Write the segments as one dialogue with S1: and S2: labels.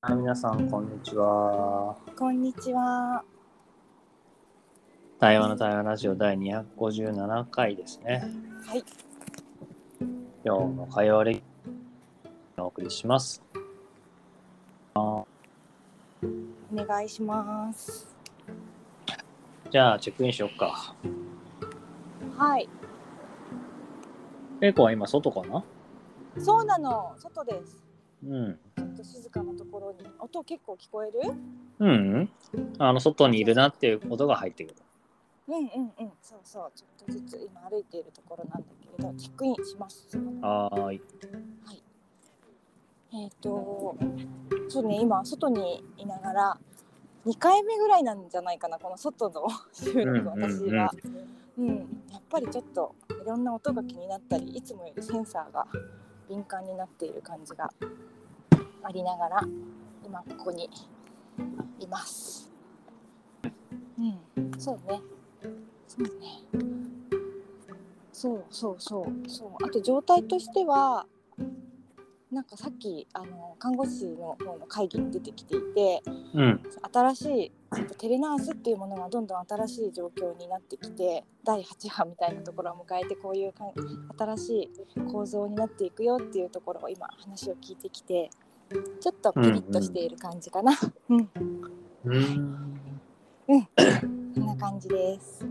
S1: はい、皆さん、こんにちは。
S2: こんにちは。
S1: 台湾の台湾ラジオ第257回ですね。
S2: はい。
S1: 今日の会話歴をお送りします。
S2: お願いします。
S1: じゃあ、チェックインしよっか。
S2: はい。
S1: ペイコは今、外かな
S2: そうなの。外です。
S1: うん。
S2: ちょっと静かなところに。音結構聞こえる？
S1: うん、うん。あの、外にいるなっていうことが入ってくる。
S2: うんうんうん。そうそう。ちょっとずつ今歩いているところなんだけれど、チェックインします。
S1: はーい。
S2: えっ、と、そうね。今外にいながら。2回目ぐらいなんじゃないかなこの外の 収録
S1: うんうんうん
S2: 私は、うんやっぱりちょっといろんな音が気になったりいつもよりセンサーが敏感になっている感じがありながら今ここにいますうんそうねそうねそうそうそうそうあと状態としてはなんかさっきあの看護師の方の会議に出てきていて、
S1: うん。
S2: 新しいちょっとテレナースっていうものがどんどん新しい状況になってきて第8波みたいなところを迎えてこういうかん新しい構造になっていくよっていうところを今話を聞いてきてちょっとピリッとしている感じかな、うん
S1: うん。
S2: こんな感じです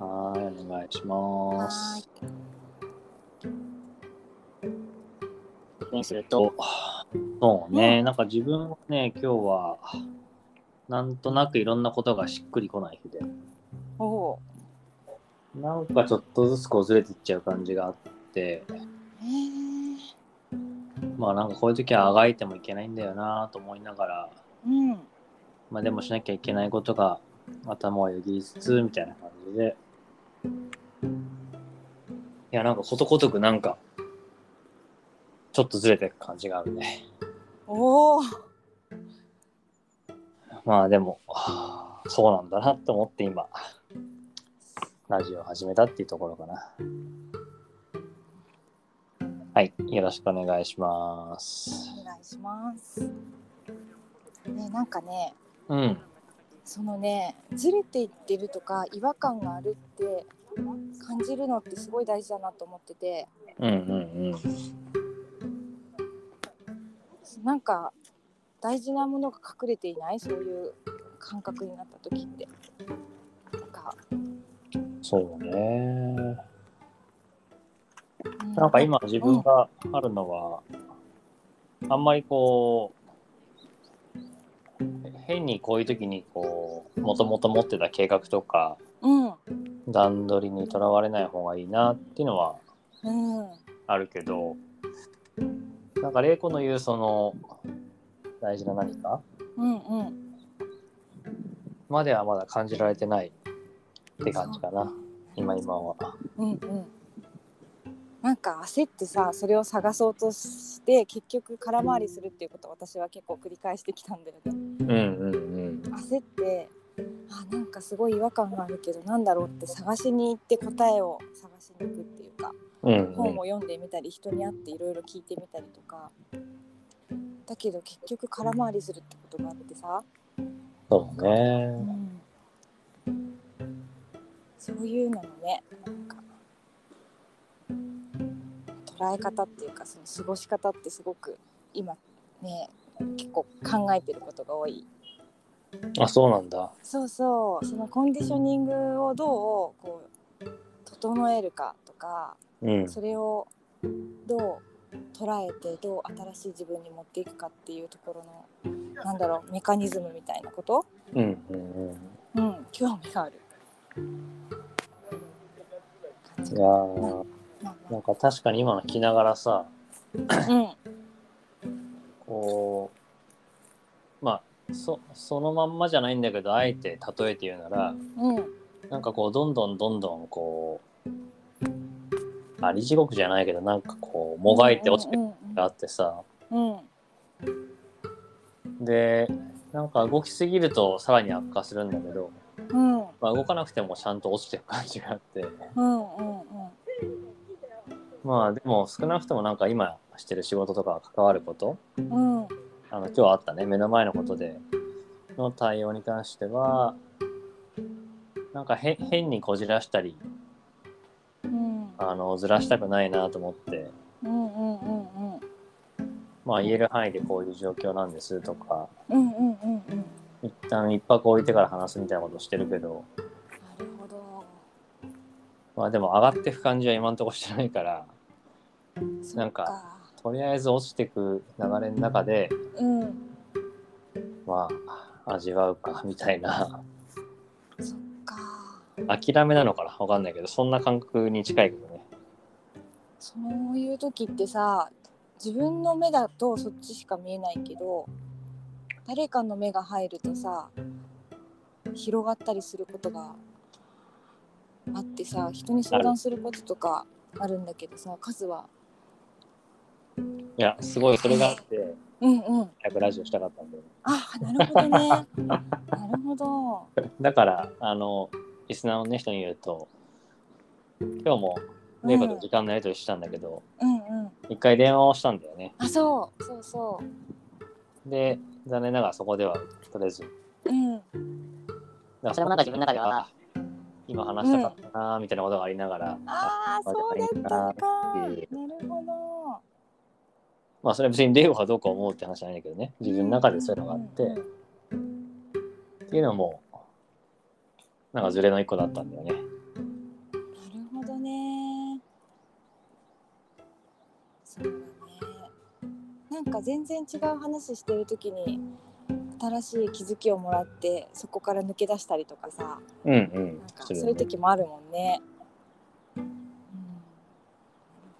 S1: はーい、お願いします。すると、そうね、なんか自分はね、今日は、なんとなくいろんなことがしっくりこない日で、
S2: おお
S1: なんかちょっとずつこうずれていっちゃう感じがあって、
S2: ーへー
S1: まあなんかこういう時はあがいてもいけないんだよなと思いながら、
S2: うん
S1: まあでもしなきゃいけないことが頭をよぎりつつ、みたいな感じで、いや、なんかことごとくなんか、ちょっとずれていく感じがあるね。
S2: おお
S1: まあでも、はあそうなんだなと思って今、ラジオを始めたっていうところかな。はい、よろしくお願いします。
S2: お願いしますねなんかね
S1: うん、
S2: そのねずれていってるとか違和感があるって感じるのってすごい大事だなと思ってて
S1: うん、うん、
S2: なんか大事なものが隠れていないそういう感覚になった時ってなんか,、
S1: うん。そうね。
S2: う
S1: なんか今自分があるのは、あんまりこう、変にこういう時にこう、もともと持ってた計画とか、
S2: うん
S1: 段取りにとらわれない方がいいなっていうのは
S2: うん
S1: あるけどなんか玲子の言うその大事な何か
S2: うんうん
S1: まではまだ感じられてないって感じかな今今は
S2: うんうんなんか焦ってさそれを探そうとして結局空回りするっていうことを私は結構繰り返してきたんだよね
S1: うんうん
S2: 焦ってあなんかすごい違和感があるけどなんだろうって探しに行って答えを探しに行くっていうか
S1: うんうん
S2: 本を読んでみたり人に会っていろいろ聞いてみたりとかだけど結局空回りするってことがあってさ、
S1: そう
S2: う
S1: ね
S2: ん、そういうのもねなんか捉え方っていうかその過ごし方ってすごく今ね結構考えてることが多い
S1: あそうなんだ
S2: そうそうそのコンディショニングをどうこう整えるかとか
S1: うん
S2: それをどう捉えてどう新しい自分に持っていくかっていうところのなんだろうメカニズムみたいなこと、
S1: うんうんうん
S2: うん、興味がある。感じ
S1: い
S2: が
S1: やー
S2: まあ
S1: なんか確かに今の聞きながらさ
S2: まあうん
S1: こうまあそそのまんまじゃないんだけどあえて例えて言うなら
S2: うん
S1: なんかこうどんどんどんどんこうあり地獄じゃないけどなんかこうもがいて落ちて
S2: う
S1: る
S2: ん
S1: のがあってさ
S2: うんうん
S1: でなんか動きすぎるとさらに悪化するんだけど、
S2: うんうん
S1: まあ、動かなくてもちゃんと落ちてる感じがあって
S2: うんうん
S1: まあでも少なくともなんか今してる仕事とか関わること
S2: うんうん
S1: あの今日あったね目の前のことでの対応に関してはなんかへ変にこじらしたり
S2: うん
S1: あのずらしたくないなと思って、
S2: うんうんうんうん
S1: まあ、言える範囲でこういう状況なんですとか
S2: うんうんうんうんな
S1: 一旦一泊置いてから話すみたいなことしてるけど、
S2: るほど
S1: まあ、でも上がっていく感じは今んとこしてないから
S2: そっ
S1: なんかとりあえず落ちてく流れの中で
S2: うん
S1: まあ味わうかみたいな
S2: そっか
S1: 諦めなのかなわかんないけどそんな感覚に近いけどね
S2: そういう時ってさ自分の目だとそっちしか見えないけど誰かの目が入るとさ広がったりすることがあってさ人に相談することとかあるんだけどさ数はい
S1: やすごいそれがあって
S2: うんうん
S1: 早くラジオしたかったんだよね
S2: あなるほど ねなるほど
S1: だから、あの、リスナーの、ね、人に言うと、今日も、レイカと時間のやり取りしたんだけど、
S2: うんうん
S1: 一、回電話をしたんだよね。
S2: あそうそうそ
S1: で、残念ながらそこでは取れず。だか
S2: ううん
S1: らそれもなんか自分の中では、今話したかったなーみたいなことがありながら、あ
S2: ああそうだったのかなるほど
S1: まあそれは別にレイゴがどうか思うって話じゃないんだけどね、自分の中でそういうのがあって、
S2: うんうんうん
S1: っていうのも、なんかズレの一個だったんだよね。
S2: なるほどね。そうだね。なんか全然違う話してる時に新しい気づきをもらってそこから抜け出したりとかさ
S1: うんう
S2: なん
S1: ん
S2: か。
S1: す
S2: そ
S1: るよ
S2: ういう
S1: ね
S2: 時もあるもんね。うん、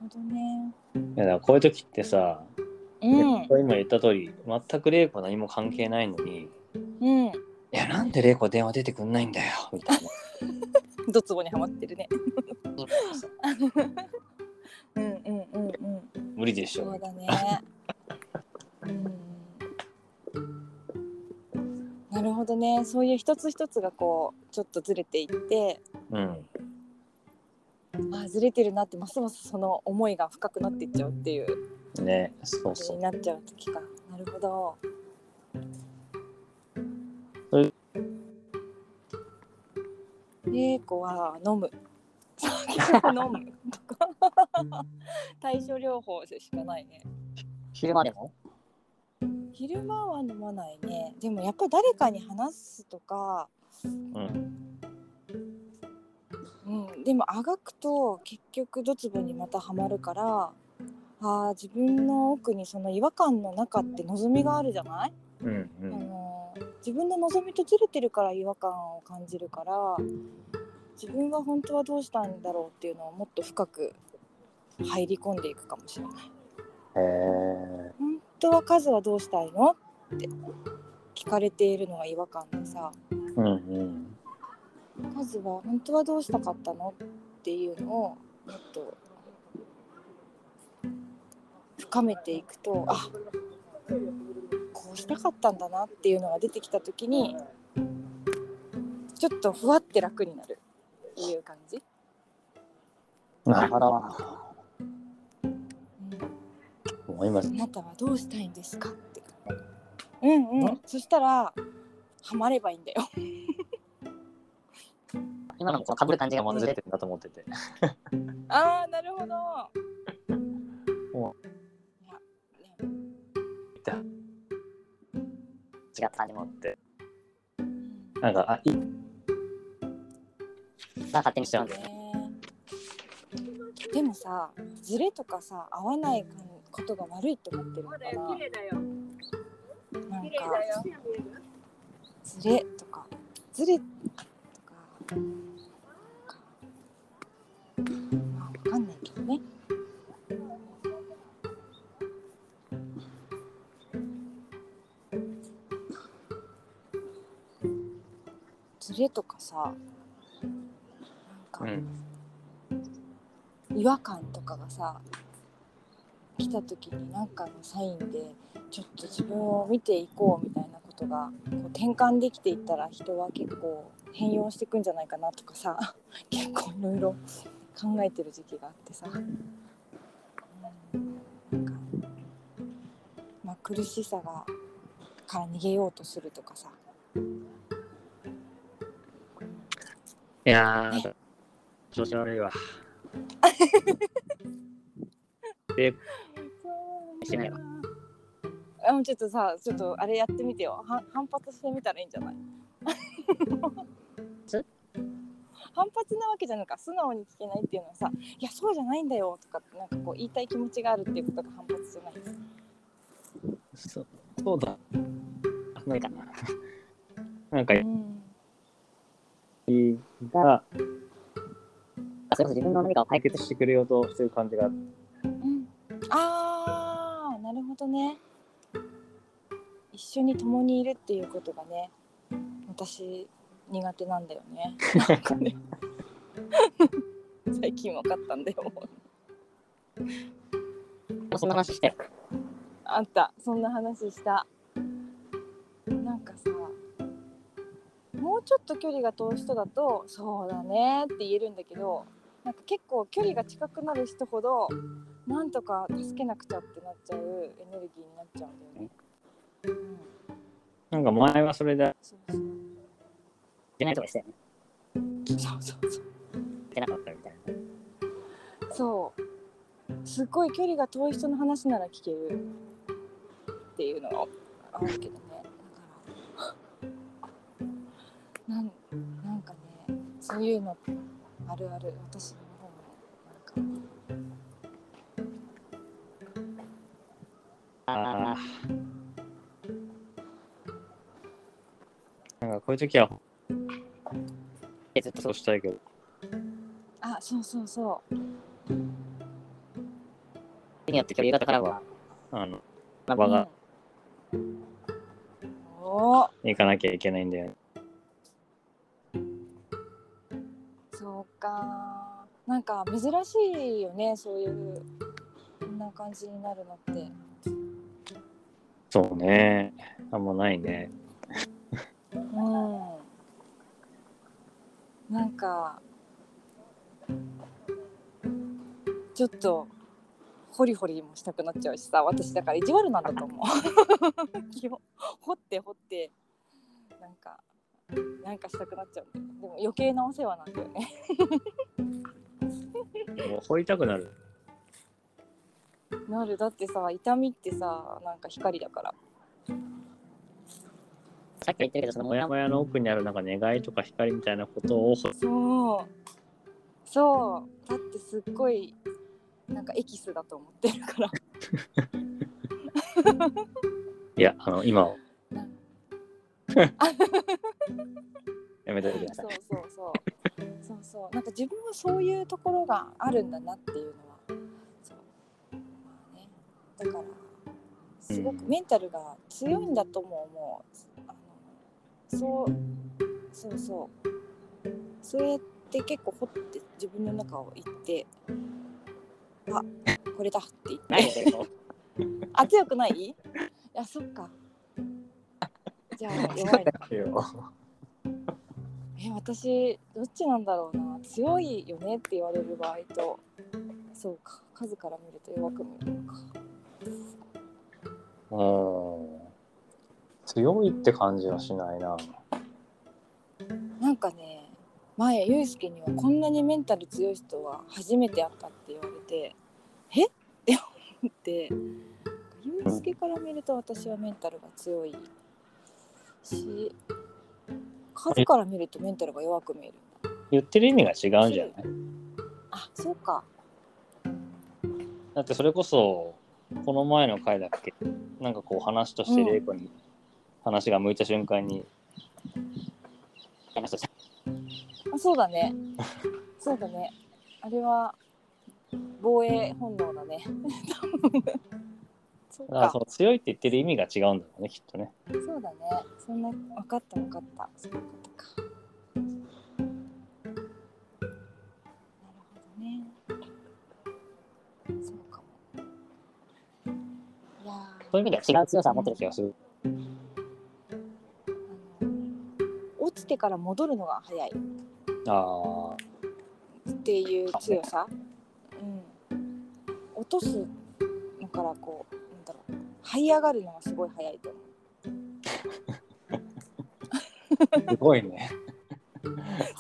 S2: なるほどね。
S1: いやだからこういう時ってさ、
S2: うん
S1: 今言った通り、全くレイコ何も関係ないのに、
S2: うん。
S1: いや、なんで玲子電話出てくんないんだよ、みたい な。
S2: ドツボにはまってるね。うんうんうんうん。
S1: 無理でし
S2: そ
S1: ょ
S2: う。だね。うんなるほどね。そういう一つ一つがこうちょっとずれていって、
S1: うん。
S2: あずれてるなってますますその思いが深くなっていっちゃうっていう
S1: ね、そう
S2: 感じ
S1: そ
S2: に
S1: う。
S2: なっちゃう時か。なるほど。
S1: それ
S2: 玲子は 飲む。酒を飲む とか対処療法しかないね。
S1: 昼間でも
S2: 昼間は飲まないねでもやっぱり誰かに話すとか、
S1: うん。
S2: うん、でもあがくと結局ドツボにまたはまるからあー自分の奥にその違和感の中って望みがあるじゃない、
S1: うんう
S2: あ
S1: ん。
S2: のー自分の望みとずれてるから違和感を感じるから自分は本当はどうしたいんだろうっていうのをもっと深く入り込んでいくかもしれない。
S1: へえ。
S2: 本当は数はどうしたいのって聞かれているのが違和感でさ、
S1: うんうん。
S2: まずは本当はどうしたかったのっていうのをもっと深めていくとあこうしたかったんだなっていうのが出てきた時にちょっとふわって楽になるっていう感じ。
S1: なるほど。もう今、
S2: あなたはどうしたいんですかって。うんうん。そしたらハマればいいんだよ。
S1: 今のこのかぶる感じがもうずれてるなと思ってて。
S2: ああなるほど。
S1: も
S2: いやね
S1: 違った感じもあって。なんか、あ、いい。が勝手にしちゃうんだよね。
S2: でもさズレとかさ合わないかんことが悪いと思ってるのか
S3: 麗だよ。
S2: ななん
S3: 綺麗だよ
S2: か。ズレとかズレとかまあわかんないけどねズレとかさ
S1: う
S2: なんか
S1: ん。
S2: 違和感とかがさ来た時に何かのサインでちょっと自分を見ていこうみたいなことがこう転換できていったら人は結構変容していくんじゃないかなとかさ 結構いろいろ考えてる時期があってさ、うんなんかまあ、苦しさがから逃げようとするとかさ
S1: いやー、調子悪いわ。で、してないわ
S2: あもうちょっとさちょっとあれやってみてよは反発してみたらいいんじゃない
S1: つ
S2: 反発なわけじゃないか素直に聞けないっていうのはさ「いやそうじゃないんだよ」とかってなんかこう言いたい気持ちがあるっていうことが反発じゃない
S1: そそうだ。なんかな。なんか、
S2: うん
S1: が、それこそ自分の何かを解決してくれようとしてる感じが、
S2: うん、あーなるほどね一緒に共にいるっていうことがね私苦手なんだよねなんかね 最近分かったんだよ
S1: そんな話して。
S2: あんたそんな話したなんかさもうちょっと距離が遠い人だと「そうだね」って言えるんだけどなんか結構距離が近くなる人ほどなんとか助けなくちゃってなっちゃうエネルギーになっちゃうんだよね。うん、
S1: なんか前はそれで、
S2: そうそう
S1: 出ないとかして、
S2: そうそうそう
S1: 出なかったみたいな。
S2: そうすっごい距離が遠い人の話なら聞けるっていうのがあるけどねだからなんなんかねそういうのあるある私の方もなんか
S1: ああ。なんかこういう時は、えずっとそうしたいけど、
S2: あそうそうそう
S1: 手によって距離型からは、あの、場が
S2: うんおー
S1: 行かなきゃいけないんだよね。
S2: そうかなんか珍しいよねそういうこんな感じになるのって
S1: そうね。あんまないね。
S2: うんなんかちょっとホリホリもしたくなっちゃうしさ私だから意地悪なんだと思う 基本掘って掘ってなんかなんかしたくなっちゃうんだよねでも余計なお世話なんだよね
S1: もう掘りたくなる。
S2: なるだってさ痛みってさなんか光だから
S1: さっき言ったけど、そのモヤモヤの奥にあるなんか願いとか光みたいなことを、
S2: そうそうだってすっごいなんかエキスだと思ってるから
S1: いや、あの、今を
S2: なん。
S1: やめとい てくださ
S2: そ
S1: い。
S2: うそうそうそうそうなんか自分はそういうところがあるんだなっていうのはそうまあねだからすごくメンタルが強いんだとも思うあのそうそうそうそれって結構掘って自分の中を行ってあこれだって言って
S1: 何でも
S2: あ強くないいやそっかじゃあ弱いなえ私どっちなんだろうな強いよねって言われる場合とそうか数から見ると弱く見えるのか
S1: うん強いって感じはしないな。
S2: なんかね前ゆうすけにはこんなにメンタル強い人は初めて会ったって言われてえって思ってゆうすけから見ると私はメンタルが強いし数から見るとメンタルが弱く見える
S1: 言ってる意味が違うんじゃない
S2: あそうか
S1: だってそれこそ、この前の回だっけなんかこう話として
S2: うん
S1: 玲子に話が向いた瞬間に、話として
S2: あそうだね。そうだね。あれは防衛本能だね。 そう
S1: だから
S2: か
S1: そ。の強いって言ってる意味が違うんだろうね、きっとね。
S2: そうだね。そんな分かった分かった。そういうことか。なるほどね。そうかも。いやー
S1: そういう意味では違う強さを持ってる気がする。
S2: あの落ちてから戻るのが早い。
S1: ああ、
S2: っていう強さ、うん、落とすのからこうなんだろう這い上がるのがすごい早いと思う
S1: すごいね。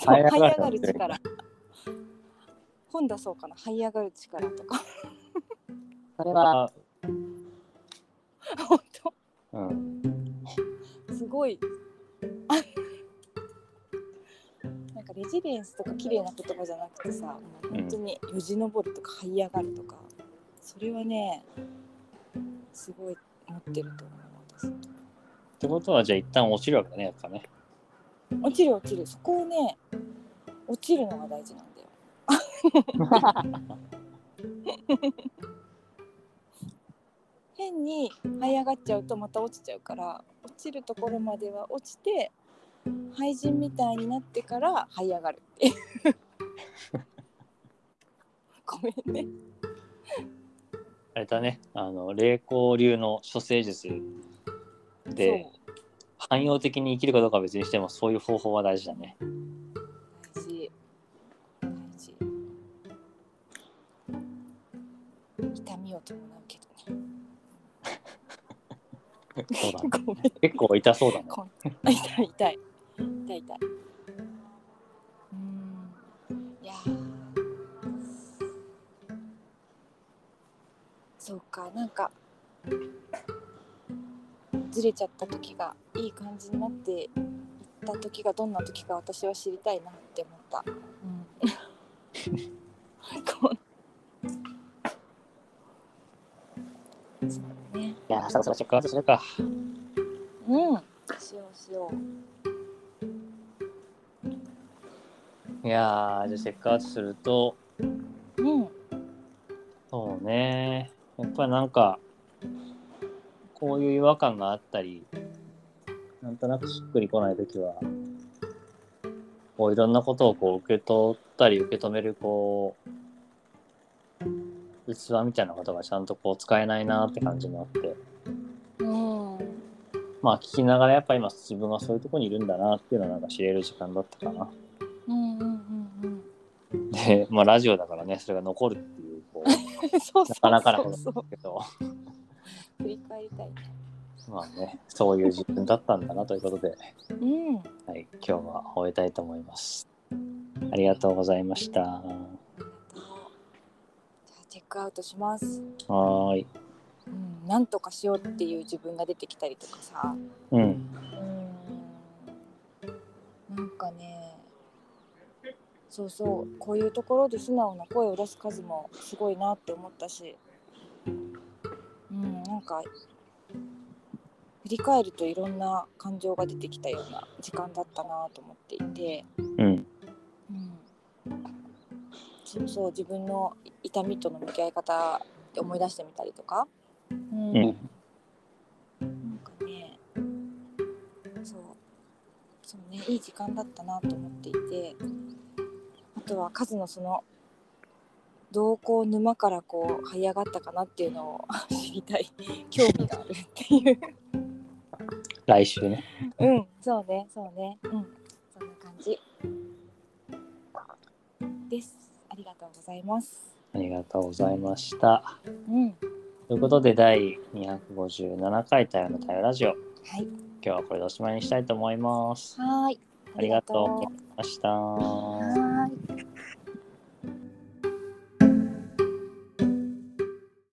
S2: そう
S1: 這
S2: 這
S1: い上
S2: い上
S1: が
S2: が
S1: るっ
S2: る
S1: て
S2: 力本出そうかな這い上がる力とか
S1: それ は、
S2: 本
S1: うん、
S2: 当すごいなんかレジリエンスとか綺麗な言葉じゃなくてさもう本当によじ登るとか這い上がるとかそれはねすごい持ってると思います
S1: ってことは、じゃあ一旦落ちるわけだね、やっぱね。
S2: 落ちる落ちるそこをね落ちるのが大事なんだよ変に這い上がっちゃうとまた落ちちゃうから落ちるところまでは落ちて廃人みたいになってから這い上がるっていう ごめんね
S1: あれだね、あの、霊光流の処世術で、
S2: そう
S1: 汎用的に生きるかどうかは別にしても、そういう方法は大事だね。
S2: 大事大事痛みを伴うけどね
S1: そうだね
S2: ごめん
S1: 結構痛そうだね。
S2: こん痛い痛い痛い痛いうーんいやーそうかなんかずれちゃった時がいい感じになっていった時がどんな時か私は知りたいなって思った、うん、こう そうね
S1: いやー、そろそろチェックアウトするか。
S2: うんしようしよう
S1: いやー、じゃあチェックアウトすると、
S2: うん
S1: そうね。やっぱりなんか、こういう違和感があったり、なんとなくしっくりこないときは、こういろんなことをこう受け取ったり受け止めるこう、器みたいなことがちゃんとこう使えないなって感じもあって、
S2: うん
S1: まあ聞きながらやっぱ今自分がそういうとこにいるんだなっていうのはなんか知れる時間だったかな。
S2: うんうんうん
S1: で、まあラジオだからね、それが残るっていう、こう、
S2: うん。 そうそうそう
S1: なかなかなことなん
S2: そ
S1: で
S2: う
S1: すけど。
S2: 振り返りたいね。
S1: まあね、そういう自分だったんだなということで、
S2: うん。あ
S1: はい、今日は終えたいと思います。ありがとうございました。は
S2: とじゃあチェックアウトします。
S1: ーい。
S2: うん。なんとかしようっていう自分が出てきたりとかさ。
S1: うん。
S2: うん。なんかね。そうそうこういうところで素直な声を出す数もすごいなって思ったし。うんなんか。振り返るといろんな感情が出てきたような時間だったなと思っていて。
S1: うん。
S2: うんそうそう自分の痛みとの向き合い方って思い出してみたりとか、うん
S1: う
S2: なん
S1: ん。
S2: かねそうそうねいい時間だったなと思っていてあとはカズのそのどうこう沼からこう這い上がったかなっていうのを 知りたい興味があるっていう
S1: 来週ね。
S2: うん、そうね、そうね。うん、そんな感じ。です。ありがとうございます。
S1: ありがとうございました。
S2: うん、は
S1: ということで、第257回対話の対話ラジオ、今
S2: い、
S1: 日はこれでおしまいにしたいと思います。
S2: はーい。
S1: ありがとうございました。
S2: はーい。